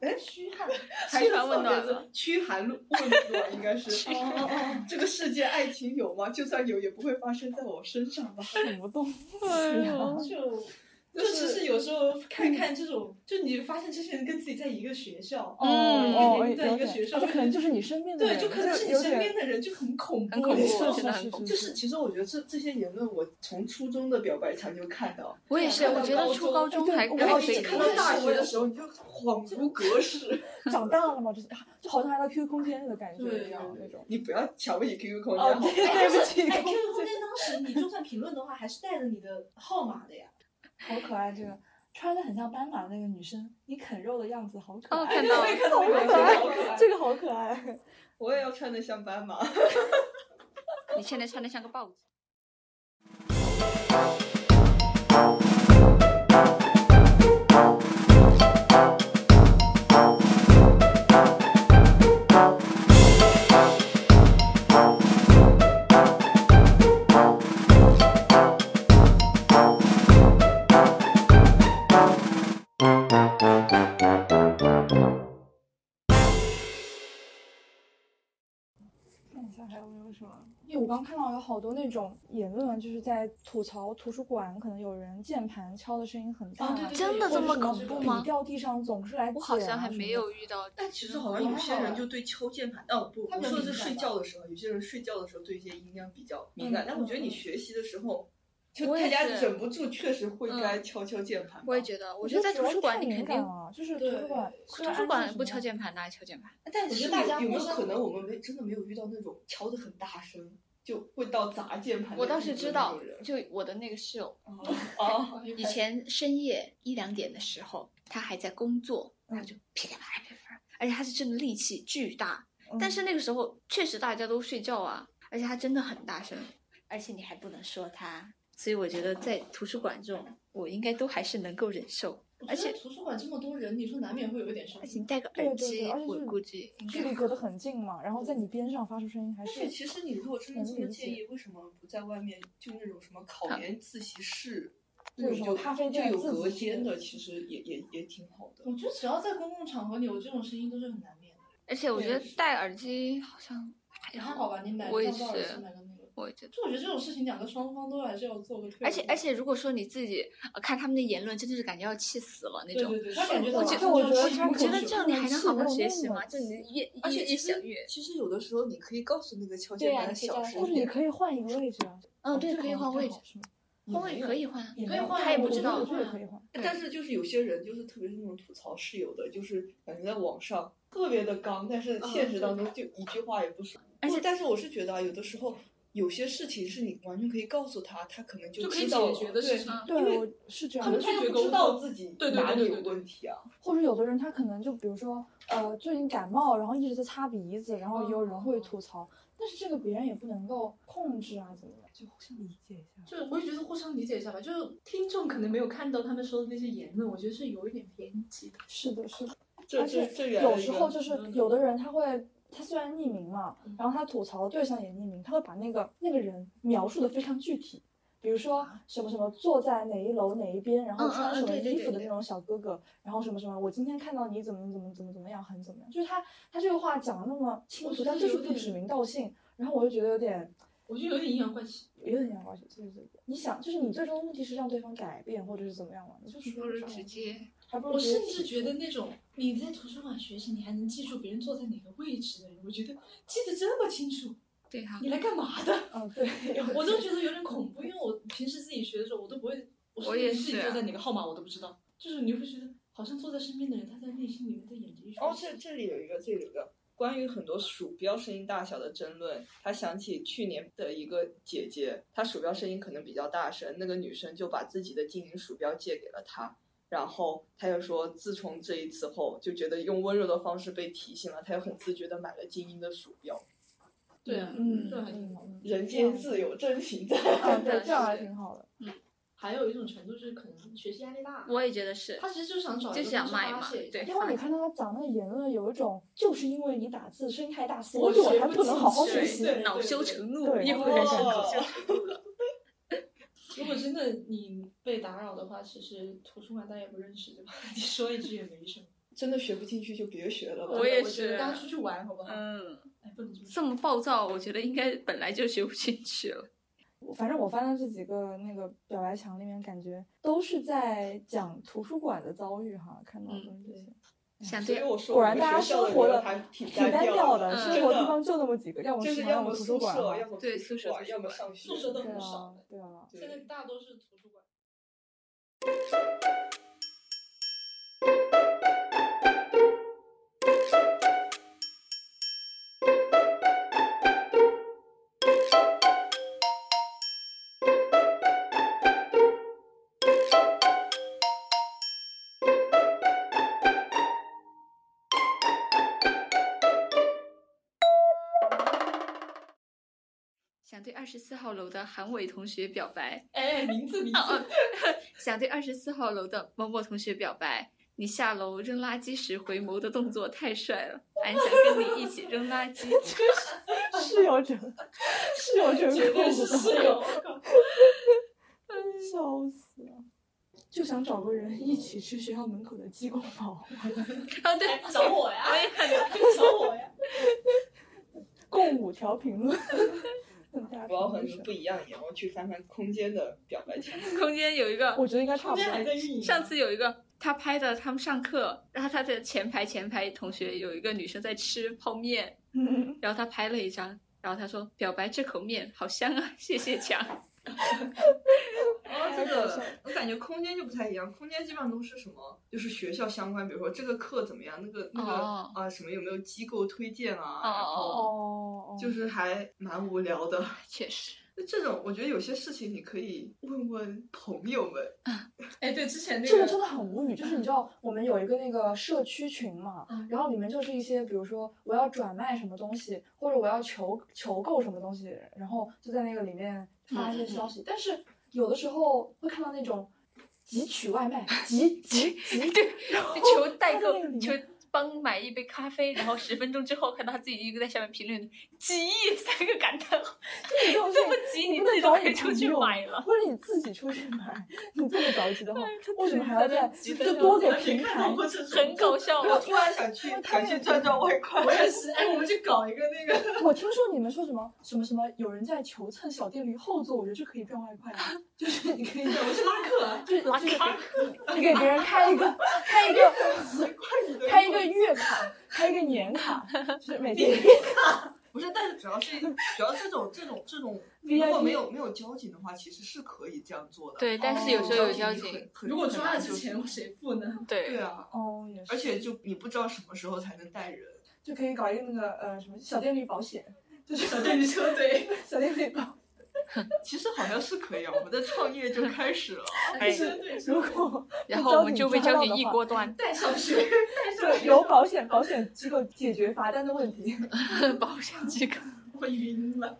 Speaker 3: 哎，嘘寒，还
Speaker 2: 嘘寒问暖了，
Speaker 3: 嘘寒问暖应该是。
Speaker 4: 哦哦哦，
Speaker 3: 这个世界爱情有吗？就算有，也不会发生在我身上吧。
Speaker 6: 什么东西啊？
Speaker 4: 哦就。就其实有时候
Speaker 3: 嗯
Speaker 4: 看看这种，就你发现这些人跟自己在一个学校，
Speaker 6: 哦
Speaker 2: 嗯
Speaker 6: 哦，
Speaker 4: 一个年龄段
Speaker 6: 有
Speaker 4: 一个
Speaker 6: 点
Speaker 4: 学生
Speaker 6: 而且可能就是你身边的
Speaker 4: 对，
Speaker 6: 人，
Speaker 4: 就可能是你
Speaker 6: 有
Speaker 4: 身
Speaker 6: 点
Speaker 4: 边的人就很恐怖，
Speaker 2: 很恐怖
Speaker 6: 是
Speaker 2: 真的很
Speaker 6: 是
Speaker 2: 恐
Speaker 6: 是，
Speaker 3: 就是，其实我觉得这这些言论，我从初中的表白墙就看到，
Speaker 2: 我也是，
Speaker 4: 看到
Speaker 2: 我觉得
Speaker 4: 高
Speaker 2: 初
Speaker 4: 中
Speaker 2: 高中
Speaker 6: 对
Speaker 2: 还
Speaker 6: 我
Speaker 3: 然后
Speaker 2: 高
Speaker 6: 也
Speaker 3: 一
Speaker 6: 是
Speaker 2: 中
Speaker 3: 看到大学的时候，你就恍如隔世。
Speaker 6: 长大了嘛，就是啊就好像来到 QQ 空间的感觉
Speaker 4: 对
Speaker 6: 一样那种。
Speaker 3: 你不要瞧不起 QQ 空间
Speaker 6: 哦
Speaker 3: 好吗？
Speaker 6: 对对不起，
Speaker 4: 哎，QQ 空间当时你就算评论的话，还是带着你的号码的呀。
Speaker 6: 哎好 可爱，这个穿的很像斑马的那个女生，你啃肉的样子好可
Speaker 2: 哦
Speaker 1: 哎
Speaker 6: 爱，
Speaker 2: 看到了。
Speaker 4: 看到
Speaker 6: 好可
Speaker 4: 好
Speaker 6: 爱，这个好可爱。
Speaker 3: 我也要穿的像斑马。
Speaker 2: 你现在穿的像个豹子。
Speaker 1: 下还有没有什么？因为我刚看到有好多那种言论，啊就是在吐槽图书馆，可能有人键盘敲的声音很大，
Speaker 3: 啊对对对
Speaker 2: 真的
Speaker 1: 或
Speaker 2: 这
Speaker 1: 者
Speaker 2: 么
Speaker 1: 什么
Speaker 2: 恐怖
Speaker 1: 笔
Speaker 2: 吗
Speaker 1: 掉地上总是来
Speaker 2: 我好
Speaker 1: 捡
Speaker 2: 像
Speaker 1: 啊
Speaker 2: 还
Speaker 1: 什么
Speaker 2: 没
Speaker 1: 的
Speaker 2: 有遇到 这种。
Speaker 3: 但其实好像有些人就对敲键盘，哦不，
Speaker 6: 他
Speaker 3: 我
Speaker 6: 比较
Speaker 3: 说的是
Speaker 6: 敏感
Speaker 3: 睡
Speaker 6: 吧
Speaker 3: 觉的时候，有些人睡觉的时候对一些音量比较敏感。
Speaker 1: 嗯
Speaker 3: 但我觉得
Speaker 1: 嗯
Speaker 3: 你
Speaker 1: 嗯
Speaker 3: 学习的时候，就
Speaker 2: 我
Speaker 3: 大
Speaker 2: 也
Speaker 3: 家
Speaker 2: 是
Speaker 3: 忍不住确实会
Speaker 2: 嗯
Speaker 3: 该敲敲键盘吧。
Speaker 2: 我也觉得，我
Speaker 1: 我
Speaker 2: 觉得在
Speaker 1: 主
Speaker 2: 图
Speaker 1: 要
Speaker 2: 书馆
Speaker 1: 太
Speaker 2: 你肯
Speaker 1: 敏感
Speaker 2: 定，
Speaker 1: 了，啊就是图
Speaker 6: 对
Speaker 1: 书馆，虽
Speaker 2: 图
Speaker 1: 然
Speaker 2: 书
Speaker 1: 安
Speaker 2: 馆
Speaker 1: 静
Speaker 2: 不
Speaker 1: 什
Speaker 2: 敲
Speaker 1: 么
Speaker 2: 键盘，哪里敲键盘？
Speaker 3: 但
Speaker 6: 我
Speaker 3: 其
Speaker 6: 觉
Speaker 3: 实
Speaker 6: 得大家
Speaker 3: 有有没
Speaker 6: 互
Speaker 3: 有可
Speaker 6: 相
Speaker 3: 能我们没真的没有遇到那种敲的很大声，就会到砸键盘的地
Speaker 2: 我
Speaker 3: 步的那种人？
Speaker 2: 当时知道，就我的那个室友，
Speaker 3: 哦，
Speaker 2: 以前深夜一两点的时候，他还在工作，然后就噼里啪啦噼里啪啦，而且他是真的力气巨大，
Speaker 1: 嗯
Speaker 2: 但是那个时候确实大家都睡觉啊，而且他真的很大声，而且你还不能说他，所以我觉得在图书馆这种，我应该都还是能够忍受，而且
Speaker 6: 图书馆这么多人，你说难免会有一点声
Speaker 2: 而且你戴个
Speaker 1: 对
Speaker 2: 耳
Speaker 1: 对
Speaker 2: 机，
Speaker 1: 对，而
Speaker 2: 我
Speaker 1: 且
Speaker 2: 估
Speaker 1: 是嗯
Speaker 2: 计
Speaker 1: 距离隔得很近嘛，然后在你边上发出声音还
Speaker 3: 而
Speaker 1: 是
Speaker 3: 且其实你如果真的
Speaker 1: 能
Speaker 3: 这么
Speaker 1: 理
Speaker 3: 建
Speaker 1: 解
Speaker 3: 议，为什么不在外面就那种什么考
Speaker 2: 啊
Speaker 3: 研自习室，
Speaker 1: 或
Speaker 3: 那
Speaker 1: 者
Speaker 3: 种
Speaker 1: 什么
Speaker 3: 就
Speaker 1: 咖啡
Speaker 3: 就
Speaker 1: 店
Speaker 3: 有
Speaker 1: 自
Speaker 3: 隔
Speaker 1: 习
Speaker 3: 间
Speaker 1: 室
Speaker 3: 的，其实也也也挺好的。
Speaker 6: 我觉得只要在公共场合里有这种声音，都是很难免的。
Speaker 2: 而且我觉得
Speaker 3: 对
Speaker 2: 戴耳机好像还
Speaker 3: 哎
Speaker 6: 还
Speaker 2: 好
Speaker 6: 好，吧，你买
Speaker 2: 我也
Speaker 6: 降噪耳
Speaker 2: 是
Speaker 6: 机，买个那个。
Speaker 2: 我也觉得。
Speaker 6: 就我觉得这种事情，两个双方都还是要做个退让。
Speaker 2: 而且而且，如果说你自己、呃、看他们的言论，真的是感觉要气死了那
Speaker 3: 对
Speaker 2: 种
Speaker 3: 对。对，
Speaker 6: 他
Speaker 3: 是
Speaker 6: 感觉
Speaker 3: 的
Speaker 6: 到
Speaker 1: 就
Speaker 6: 马上
Speaker 1: 我
Speaker 6: 就要
Speaker 1: 觉得
Speaker 6: 进
Speaker 1: 他
Speaker 6: 入
Speaker 2: 我觉
Speaker 1: 可
Speaker 2: 得
Speaker 1: 能
Speaker 2: 这样你还能好
Speaker 1: 没
Speaker 2: 好
Speaker 1: 有
Speaker 2: 学
Speaker 1: 那
Speaker 2: 习
Speaker 1: 么
Speaker 2: 吗？就你越
Speaker 3: 而
Speaker 2: 越
Speaker 3: 且
Speaker 2: 越
Speaker 3: 其实
Speaker 2: 想越……
Speaker 3: 其实有的时候你可以告诉那个敲
Speaker 2: 对
Speaker 3: 键
Speaker 2: 啊
Speaker 3: 盘的
Speaker 2: 你可以
Speaker 3: 小
Speaker 2: 叫他
Speaker 3: 声
Speaker 1: 或者
Speaker 3: 一
Speaker 1: 你
Speaker 3: 点。
Speaker 1: 可以换一个位置啊，
Speaker 2: 嗯，
Speaker 1: 这
Speaker 2: 对，
Speaker 1: 个
Speaker 2: 可以
Speaker 1: 好像
Speaker 2: 换
Speaker 1: 不太
Speaker 2: 位置
Speaker 1: 好，是吗？
Speaker 2: 换位可以换，啊
Speaker 1: 也
Speaker 6: 可
Speaker 1: 没
Speaker 6: 以
Speaker 1: 有
Speaker 6: 换
Speaker 2: 他也
Speaker 6: 我
Speaker 2: 不
Speaker 6: 觉
Speaker 2: 知
Speaker 6: 得
Speaker 2: 道
Speaker 1: 我
Speaker 6: 就
Speaker 1: 觉
Speaker 6: 是
Speaker 1: 得可以换。
Speaker 3: 但是就是有些人，就是特别是那种吐槽室友的，就是感觉在网上特别的刚，但是现实当中就一句话也不说。
Speaker 2: 而且
Speaker 3: 不但是我是觉得啊，有的时候有些事情是你完全可以告诉他，他可能
Speaker 7: 就可以
Speaker 3: 知道了。
Speaker 7: 解决的事
Speaker 3: 对
Speaker 4: 啊
Speaker 7: 情。
Speaker 3: 因
Speaker 1: 对，
Speaker 3: 为
Speaker 1: 我是这样
Speaker 3: 可
Speaker 1: 的
Speaker 3: 能
Speaker 7: 们。
Speaker 3: 他
Speaker 7: 拒
Speaker 3: 又
Speaker 7: 绝
Speaker 3: 不
Speaker 7: 沟
Speaker 3: 知道自己
Speaker 7: 对对对
Speaker 3: 哪里
Speaker 7: 对
Speaker 3: 有
Speaker 7: 对对
Speaker 3: 问题啊。
Speaker 1: 或者有的人他可能就比如说，呃，最近感冒，然后一直在擦鼻子，然后也有人会吐槽，但是这个别人也不能够控制啊，怎么样，就互相
Speaker 3: 嗯
Speaker 1: 理解一下。
Speaker 7: 就是我也觉得互相理解一下吧，就是听众可能没有看到他们说的那些言论，我觉得是有一点偏激的。
Speaker 1: 是的，是的，
Speaker 3: 这
Speaker 1: 而
Speaker 3: 这
Speaker 1: 且
Speaker 3: 这原来
Speaker 1: 有时
Speaker 3: 一个
Speaker 1: 候就是
Speaker 7: 嗯
Speaker 1: 有的人他会。他虽然匿名嘛，然后他吐槽的对象也匿名，他会把那个那个人描述的非常具体，比如说什么什么坐在哪一楼哪一边，然后
Speaker 2: 嗯嗯
Speaker 1: 穿
Speaker 2: 嗯
Speaker 1: 什么
Speaker 2: 对对
Speaker 1: 衣
Speaker 2: 对
Speaker 1: 服的
Speaker 2: 对
Speaker 1: 那种小哥哥，然后什么什么，我今天看到你怎么怎么怎么怎么样，很怎么样，就是他他这个话讲的那么清
Speaker 7: 我
Speaker 1: 楚，
Speaker 7: 觉
Speaker 1: 但
Speaker 7: 得
Speaker 1: 就是
Speaker 7: 有
Speaker 1: 不
Speaker 7: 点
Speaker 1: 指名道姓，然后我就觉得有点
Speaker 7: 我觉得有点阴阳怪气。
Speaker 1: 有点想关系，对对对，你想就是你最终的目的是让对方改变或者是怎么样嘛，你就
Speaker 2: 不
Speaker 1: 说
Speaker 2: 如
Speaker 1: 上
Speaker 2: 直
Speaker 1: 来，
Speaker 2: 接
Speaker 1: 还不如
Speaker 7: 我
Speaker 1: 直接
Speaker 7: 甚至
Speaker 1: 提
Speaker 7: 觉得那种你在图书馆学习，你还能记住别人坐在哪个位置的人，我觉得记得这么清楚，
Speaker 2: 对哈
Speaker 7: 你。来干嘛的？
Speaker 1: 嗯对，
Speaker 7: 我都觉得有点恐怖，因为我平时自己学的时候，我都不会，我
Speaker 2: 我也
Speaker 7: 甚至自己
Speaker 2: 是啊
Speaker 7: 坐在哪个号码我都不知道，就是你会觉得好像坐在身边的人，他在内心里面在演着一出戏。
Speaker 3: 哦，这这里有一个，这里有一个关于很多鼠标声音大小的争论。他想起去年的一个姐姐，她鼠标声音可能比较大声，那个女生就把自己的精灵鼠标借给了她。然后她又说，自从这一次后，就觉得用温柔的方式被提醒了，她又很自觉的买了精英的鼠标。
Speaker 7: 对啊，
Speaker 1: 嗯
Speaker 7: 这还挺
Speaker 1: 嗯
Speaker 7: 好。
Speaker 1: 嗯，
Speaker 3: 人间自有真情在。
Speaker 1: 啊
Speaker 2: 真
Speaker 1: 对，
Speaker 2: 的
Speaker 1: 这样还
Speaker 2: 是
Speaker 1: 挺好的，
Speaker 7: 还有一种程度就是可能学习压力大，
Speaker 2: 我也觉得是
Speaker 7: 他，其实就想找一个
Speaker 2: 就是想
Speaker 7: 方式
Speaker 2: 卖嘛
Speaker 7: 发泄一下
Speaker 2: 对
Speaker 1: 因为你看到他讲那个言论，有一种就是因为你打字声音太大，所
Speaker 7: 我
Speaker 1: 以我
Speaker 7: 学
Speaker 1: 才
Speaker 7: 不
Speaker 1: 不能
Speaker 7: 进
Speaker 1: 好好
Speaker 7: 去
Speaker 1: 学
Speaker 7: 对
Speaker 1: 习。
Speaker 7: 对
Speaker 2: 恼
Speaker 7: 对
Speaker 2: 羞
Speaker 7: 对
Speaker 2: 成怒，
Speaker 1: 对
Speaker 2: 一会人生恼
Speaker 3: 哦
Speaker 2: 羞成怒了。
Speaker 7: 如果真的你被打扰的话，其实图书馆大家也不认识，对吧？ 你说一句也没什么。
Speaker 3: 真的学不进去就别学了吧。
Speaker 2: 我也
Speaker 7: 觉得
Speaker 2: 是
Speaker 7: 大家出去玩，好不好？
Speaker 2: 嗯，
Speaker 7: 哎，不能这么
Speaker 2: 这
Speaker 7: 说。
Speaker 2: 么暴躁，我觉得应该本来就学不进去了。
Speaker 1: 我反正我翻到这几个那个表白墙里面，感觉都是在讲图书馆的遭遇哈，看到的
Speaker 2: 嗯
Speaker 1: 这些。
Speaker 2: 想
Speaker 3: 所以
Speaker 2: 对，
Speaker 3: 我说，
Speaker 1: 果然大家生活
Speaker 3: 的
Speaker 1: 的
Speaker 3: 还挺
Speaker 1: 挺单调
Speaker 3: 调
Speaker 1: 的，
Speaker 2: 嗯
Speaker 1: 生活地方就那么几个，要么
Speaker 3: 就
Speaker 1: 食
Speaker 3: 是
Speaker 1: 堂，要
Speaker 3: 要
Speaker 1: 么
Speaker 3: 么
Speaker 1: 图书
Speaker 3: 宿
Speaker 1: 馆哈。
Speaker 3: 舍，要么
Speaker 2: 对
Speaker 3: 图
Speaker 2: 宿
Speaker 3: 书
Speaker 2: 舍
Speaker 3: 馆，
Speaker 2: 图
Speaker 3: 要
Speaker 2: 书
Speaker 3: 么
Speaker 2: 馆
Speaker 3: 上学，
Speaker 7: 宿舍都
Speaker 1: 对
Speaker 7: 很
Speaker 1: 啊
Speaker 7: 少的，，
Speaker 1: 对啊。
Speaker 3: 对
Speaker 7: 现在大多是图书馆。
Speaker 2: 想对二十四号楼的韩伟同学表白。
Speaker 7: 哎，名字名
Speaker 2: 啊啊
Speaker 7: 字，！
Speaker 2: 想对二十四号楼的某某同学表白，你下楼扔垃圾时回眸的动作太帅了，俺想跟你一起扔垃圾。
Speaker 1: 室友真，室友真
Speaker 7: 绝对
Speaker 1: 酷
Speaker 7: 是
Speaker 1: 的
Speaker 7: 室友。
Speaker 1: 笑死了。就想找个人一起吃学校门口的鸡公煲，
Speaker 2: 啊，对，
Speaker 7: 找我呀！
Speaker 2: 我也看到。
Speaker 7: 找我呀！
Speaker 1: 共五条评论，大家
Speaker 3: 我要和
Speaker 1: 评论一下
Speaker 3: 你们不一样一样，我去翻翻空间的表白墙。
Speaker 2: 空间有一个，
Speaker 1: 我觉得应该差
Speaker 7: 中
Speaker 1: 不多
Speaker 7: 间。还在运营。
Speaker 2: 上次有一个他拍的，他们上课，然后他的前排前排同学有一个女生在吃泡面，
Speaker 1: 嗯，
Speaker 2: 然后他拍了一张，然后他说：“表白这口面好香啊，谢谢强。
Speaker 3: 哦，这个我感觉空间就不太一样，空间基本上都是什么，就是学校相关，比如说这个课怎么样，那个那个、
Speaker 2: 哦
Speaker 3: 啊什么有没有机构推荐啊，
Speaker 2: 哦
Speaker 3: 然后
Speaker 1: 哦，
Speaker 3: 就是还蛮无聊的。”
Speaker 2: 确实，
Speaker 3: 那这种我觉得有些事情你可以问问朋友们，
Speaker 7: 哎，对，之前那
Speaker 1: 这个
Speaker 7: 个
Speaker 1: 真的很无语，就是你知道我们有一个那个社区群嘛，然后里面就是一些比如说我要转卖什么东西，或者我要求求购什么东西，然后就在那个里面发一些消息，但是有的时候会看到那种急取外卖，急急急，对，然后
Speaker 2: 求代
Speaker 1: 看
Speaker 2: 购
Speaker 1: 到那个，里
Speaker 2: 求
Speaker 1: 面
Speaker 2: 帮买一杯咖啡，然后十分钟之后看到他自己一个在下面评论“急”三个感叹号，
Speaker 1: 这种
Speaker 2: 这么 急，
Speaker 1: 你
Speaker 2: 你
Speaker 1: 不
Speaker 2: 自己
Speaker 1: 能
Speaker 2: 都
Speaker 1: 找
Speaker 2: 可以
Speaker 1: 你
Speaker 2: 出去
Speaker 1: 朋友
Speaker 2: 买了。
Speaker 1: 或者你自己出去买，你这么着急的话
Speaker 2: 哎，
Speaker 1: 为什么还要
Speaker 2: 在那
Speaker 1: 在
Speaker 2: 急
Speaker 1: 就多给平
Speaker 3: 看到
Speaker 1: 台？
Speaker 3: 过这种
Speaker 2: 很搞笑啊
Speaker 3: 我突然想去
Speaker 1: 因为他
Speaker 3: 想
Speaker 1: 们
Speaker 3: 去赚赚外快。
Speaker 7: 我也是，哎，我们去搞一个那个，
Speaker 1: 我听说你们说什么什么什么，有人在求蹭小电驴后座，我觉得这可以赚外快啊，就是你可以
Speaker 7: 我去拉客，
Speaker 1: 就是就是给你给别人开一个开一个开一个月卡，开一个年卡，就是每 天
Speaker 3: 不是，但是主要是主要这种这种这种，如
Speaker 1: VIP
Speaker 3: 果没有没有交情的话，其实是可以这样做的。
Speaker 2: 对，但是有时候有交情，
Speaker 3: 很，
Speaker 7: 如果抓了
Speaker 3: 之
Speaker 7: 之
Speaker 3: 前，
Speaker 7: 前我谁付呢？
Speaker 3: 对
Speaker 2: 对，
Speaker 3: 啊，
Speaker 1: 哦也是，
Speaker 3: 而且就你不知道什么时候才能带人。
Speaker 1: 就可以搞一个那个呃什么小电驴保险，就是
Speaker 7: 小电驴车队，
Speaker 1: 小电驴保。
Speaker 3: 其实好像是可以啊，我们的创业就开始了。
Speaker 2: 哎
Speaker 7: 车队，
Speaker 1: 如果
Speaker 2: 然后我们就被
Speaker 1: 交
Speaker 2: 交
Speaker 1: 警
Speaker 2: 警一锅 端，
Speaker 7: 带上学，带上
Speaker 1: 对
Speaker 7: 学，
Speaker 1: 由保险保险机构解决罚单的问题。
Speaker 2: 保险机构。
Speaker 7: 我晕了，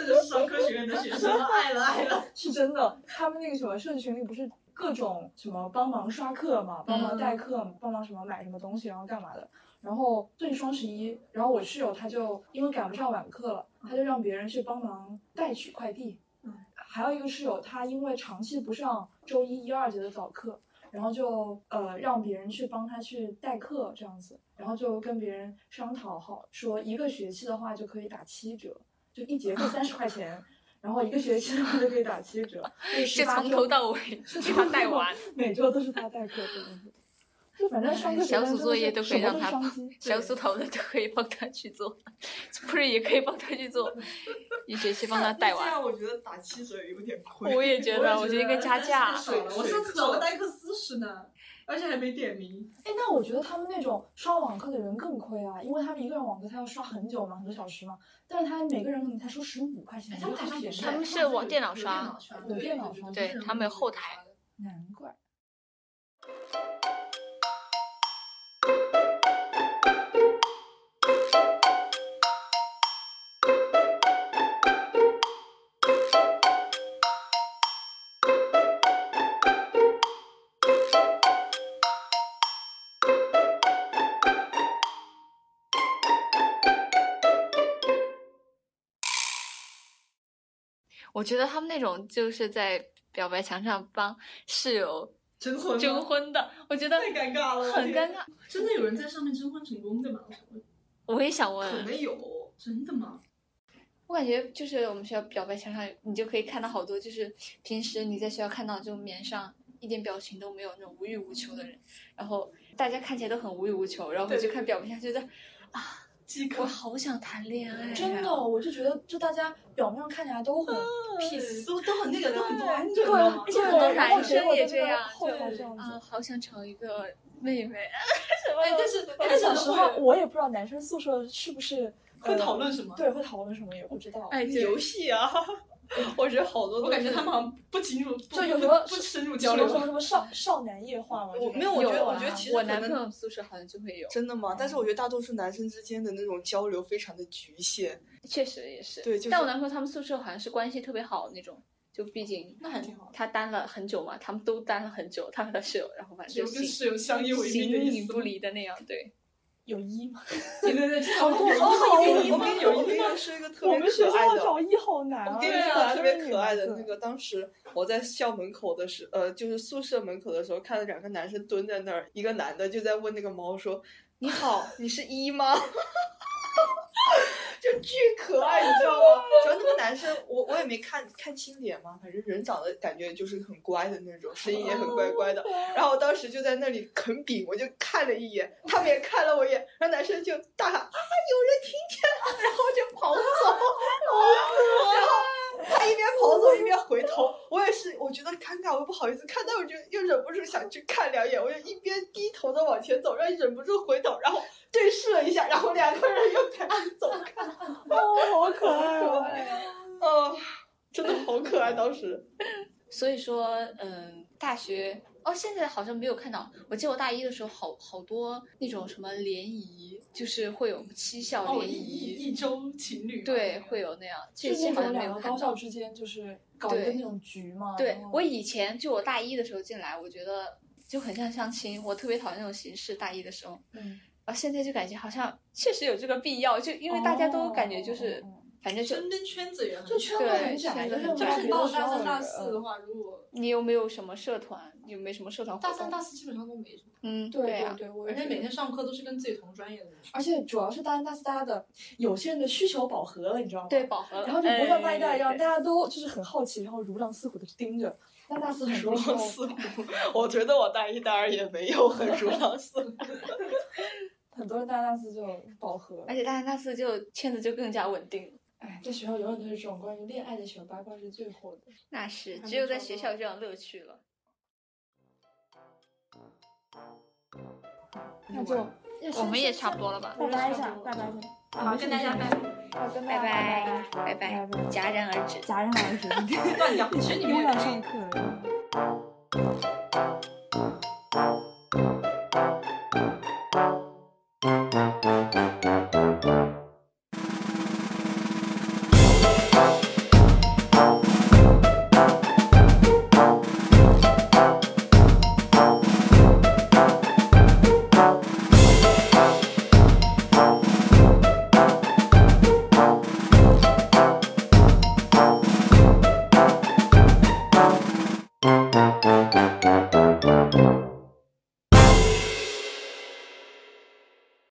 Speaker 7: 这就是商科学院的学生，爱了爱了。
Speaker 1: 是真的，他们那个什么社区群里不是各种什么帮忙刷课嘛，帮忙代课，帮忙什么买什么东西，然后干嘛的。然后最近双十一，然后我室友他就因为赶不上晚课了，他就让别人去帮忙代取快递。
Speaker 7: 嗯，
Speaker 1: 还有一个室友，他因为长期不上周一、一二节的早课，然后就呃让别人去帮他去代课这样子，然后就跟别人商讨好，说一个学期的话就可以打七折，就一节课三十块钱，
Speaker 7: 哦
Speaker 1: 然后一个学期的话就可以打七折，
Speaker 2: 是从头到尾给他带完，
Speaker 1: 每周都是他代课的东西。就反正上课
Speaker 2: 哎小组作业
Speaker 1: 都
Speaker 2: 都可以让他
Speaker 1: 商机，
Speaker 2: 小组讨论都可以帮他去做，Spring 也可以帮他去做，一学期帮他带
Speaker 3: 这
Speaker 2: 完。
Speaker 3: 样我觉得打七折有点 亏。
Speaker 2: 我也觉得，我觉得应该加价
Speaker 7: 太。爽了我上次找了代课四十呢，而且还没点名。
Speaker 1: 哎，那我觉得他们那种刷网课的人更亏啊，因为他们一个人网课他要刷很久嘛，很多小时嘛，但是他每个人可能才收十五块钱，
Speaker 7: 哎他们好像
Speaker 1: 也
Speaker 7: 不
Speaker 1: 是
Speaker 7: 是，
Speaker 2: 他们是往电脑刷
Speaker 1: 有电脑刷
Speaker 2: 对他们有后台。
Speaker 1: 难怪。
Speaker 2: 我觉得他们那种就是在表白墙上帮室友
Speaker 7: 征婚吗
Speaker 2: 征婚的，我觉得
Speaker 7: 太尴尬了，
Speaker 2: 很尴尬。
Speaker 7: 真的有人在上面征婚成功的吗？我想问
Speaker 2: 我也想
Speaker 3: 可
Speaker 2: 问，
Speaker 3: 能有，
Speaker 7: 真的吗？
Speaker 2: 我感觉就是我们学校表白墙上，你就可以看到好多，就是平时你在学校看到就面上一点表情都没有那种无欲无求的人，然后大家看起来都很无欲无求，然后我就看表白墙，觉得啊，我好想谈恋爱、啊，
Speaker 1: 真的，我就觉得就大家表面上看起来都很
Speaker 2: peace。
Speaker 3: 都都很那个，都很端
Speaker 1: 对，
Speaker 3: 正啊。
Speaker 1: 对，
Speaker 2: 很多
Speaker 1: 然后
Speaker 2: 男
Speaker 1: 结
Speaker 2: 生
Speaker 1: 果
Speaker 2: 也
Speaker 1: 就
Speaker 2: 这
Speaker 1: 是
Speaker 2: 样
Speaker 1: 后台这样
Speaker 2: 啊，
Speaker 1: 子。
Speaker 2: 好想找一个妹妹，
Speaker 7: 哎，但是
Speaker 1: 但
Speaker 7: 但
Speaker 1: 讲
Speaker 7: 是
Speaker 1: 实话，我也不知道男生宿舍是不是
Speaker 7: 会讨
Speaker 1: 论，
Speaker 7: 论什么？
Speaker 1: 对，会讨论什么也不知道。
Speaker 2: 哎，对
Speaker 3: 游戏啊，我觉得好多
Speaker 7: 我
Speaker 3: 都
Speaker 7: 感觉他们好像不进入，不
Speaker 1: 就有什么
Speaker 7: 不深入
Speaker 1: 什
Speaker 7: 交
Speaker 1: 么
Speaker 7: 流
Speaker 1: 什。么什么少少男夜话吗？
Speaker 3: 我
Speaker 1: 这
Speaker 3: 没有
Speaker 1: 种
Speaker 3: 我觉得
Speaker 2: 有
Speaker 3: 我
Speaker 2: 啊
Speaker 3: 觉得其实
Speaker 2: 我
Speaker 3: 可
Speaker 2: 男
Speaker 3: 能
Speaker 2: 朋友宿舍好像就会有，
Speaker 3: 真的吗？但是我觉得大多数男生之间的那种交流非常的局限。
Speaker 2: 确实也是。
Speaker 3: 对就是
Speaker 2: 但我男朋友他们宿舍好像是关系特别好那种，就毕竟
Speaker 7: 那还挺好，
Speaker 2: 他单了很久嘛，他们都单了很久，他和他室友，然后反
Speaker 7: 只
Speaker 2: 正
Speaker 7: 有
Speaker 2: 就
Speaker 7: 跟
Speaker 2: 形
Speaker 7: 室友相依为命的
Speaker 2: 形
Speaker 7: 意
Speaker 2: 影
Speaker 7: 思。
Speaker 2: 不离的那样。对，
Speaker 1: 有一吗？
Speaker 7: 对对对，
Speaker 1: 好多
Speaker 3: 我 跟你
Speaker 1: 好多
Speaker 3: 我跟你有一个说一个特
Speaker 1: 我
Speaker 3: 别
Speaker 1: 们学
Speaker 3: 可
Speaker 1: 校
Speaker 3: 爱
Speaker 1: 要
Speaker 3: 的，
Speaker 1: 找一好难啊！
Speaker 3: 我跟你
Speaker 1: 对
Speaker 3: 说
Speaker 1: 啊，
Speaker 3: 特
Speaker 1: 特
Speaker 3: 别
Speaker 1: 别
Speaker 3: 可爱的那个，当时我在校门口的时，呃，就是宿舍门口的时候，看到两个男生蹲在那儿，一个男的就在问那个猫说：“你好，你是一吗？” 就巨可爱，你知道吗？主要那个男生，我我也没看看清脸嘛，反正人长得感觉就是很乖的那种，声音也很乖乖的。然后我当时就在那里啃饼，我就看了一眼，他们也看了我一眼，然后男生就大喊啊，有人听见了，然后就跑走。他一边跑走一边回头，我也是，我觉得尴尬，我又不好意思看，但我就又忍不住想去看两眼，我就一边低头的往前走，然后忍不住回头，然后对视了一下，然后两个人又开始走 开，
Speaker 1: 好可爱哦！
Speaker 3: 哦，真的好可爱，当时。
Speaker 2: 所以说，嗯，大学哦，现在好像没有看到。我记得我大一的时候好，好多那种什么联谊，就是会有七校
Speaker 7: 哦，
Speaker 2: 联
Speaker 7: 一
Speaker 2: 谊，
Speaker 7: 一一周情侣嘛
Speaker 2: 对，会有那样。这
Speaker 1: 就
Speaker 2: 期
Speaker 1: 那
Speaker 2: 好
Speaker 1: 种
Speaker 2: 像没
Speaker 1: 两
Speaker 2: 有
Speaker 1: 个
Speaker 2: 看
Speaker 1: 高
Speaker 2: 到
Speaker 1: 校。之哦间就是搞一个
Speaker 2: 对
Speaker 1: 那种局嘛。
Speaker 2: 对
Speaker 1: 然后
Speaker 2: 我以前就我大一的时候进来，我觉得就很像相亲，我特别讨厌那种形式。大一的时候，
Speaker 1: 嗯，
Speaker 2: 啊，现在就感觉好像确实有这个必要，就因为大家都感觉就是，
Speaker 1: 哦哦哦
Speaker 2: 反正就
Speaker 7: 身边圈子也很
Speaker 1: 就圈子很
Speaker 2: 对
Speaker 1: 窄，
Speaker 2: 圈
Speaker 1: 就
Speaker 2: 子
Speaker 1: 是没
Speaker 2: 很
Speaker 7: 就
Speaker 1: 有
Speaker 2: 窄
Speaker 1: 别
Speaker 7: 是
Speaker 1: 的
Speaker 7: 到
Speaker 1: 时
Speaker 7: 大
Speaker 1: 候
Speaker 7: 三大
Speaker 1: 的
Speaker 7: 四的话，如果
Speaker 2: 你有没有什么社团？有没有什么社团活
Speaker 7: 大
Speaker 2: 动？
Speaker 7: 三大四基本上都没什么，
Speaker 2: 嗯，
Speaker 1: 对
Speaker 2: 呀、
Speaker 1: 对，我
Speaker 7: 而
Speaker 1: 也
Speaker 7: 且
Speaker 1: 是
Speaker 7: 每天上课都是跟自己同专业的人。
Speaker 1: 而且主要是大三、大四、大家的有些人的需求饱和了，你知道吗？
Speaker 2: 对，饱和了，
Speaker 1: 然后就不会像大一、大二一样，
Speaker 2: 哎
Speaker 1: 大家都就是很好奇，然后如狼似虎的盯着。但大四很多时候，
Speaker 3: 似乎，我觉得我大一、大二也没有很如狼似虎。
Speaker 1: 很多人大三、大四就饱和。
Speaker 2: 而且大三、大四就圈子就更加稳定了。
Speaker 1: 哎，在学校永远都是这种关于恋爱的小八卦是最火的。
Speaker 2: 那是，
Speaker 7: 还
Speaker 2: 只
Speaker 7: 没
Speaker 2: 有在
Speaker 7: 找
Speaker 2: 学
Speaker 7: 到
Speaker 2: 校有这样乐趣了。
Speaker 1: 那就
Speaker 2: 我们也差不多了吧？
Speaker 1: 拜拜一下，拜拜一下，
Speaker 7: 好，跟大家拜拜。
Speaker 1: 好，跟
Speaker 2: 拜
Speaker 1: 大家
Speaker 2: 拜，拜
Speaker 1: 拜
Speaker 2: 拜
Speaker 1: 拜，
Speaker 2: 戛然而止。
Speaker 1: 戛然而止，
Speaker 7: 断掉，其实你
Speaker 1: 又
Speaker 7: 们也
Speaker 1: 要
Speaker 7: 可以
Speaker 1: 上课了。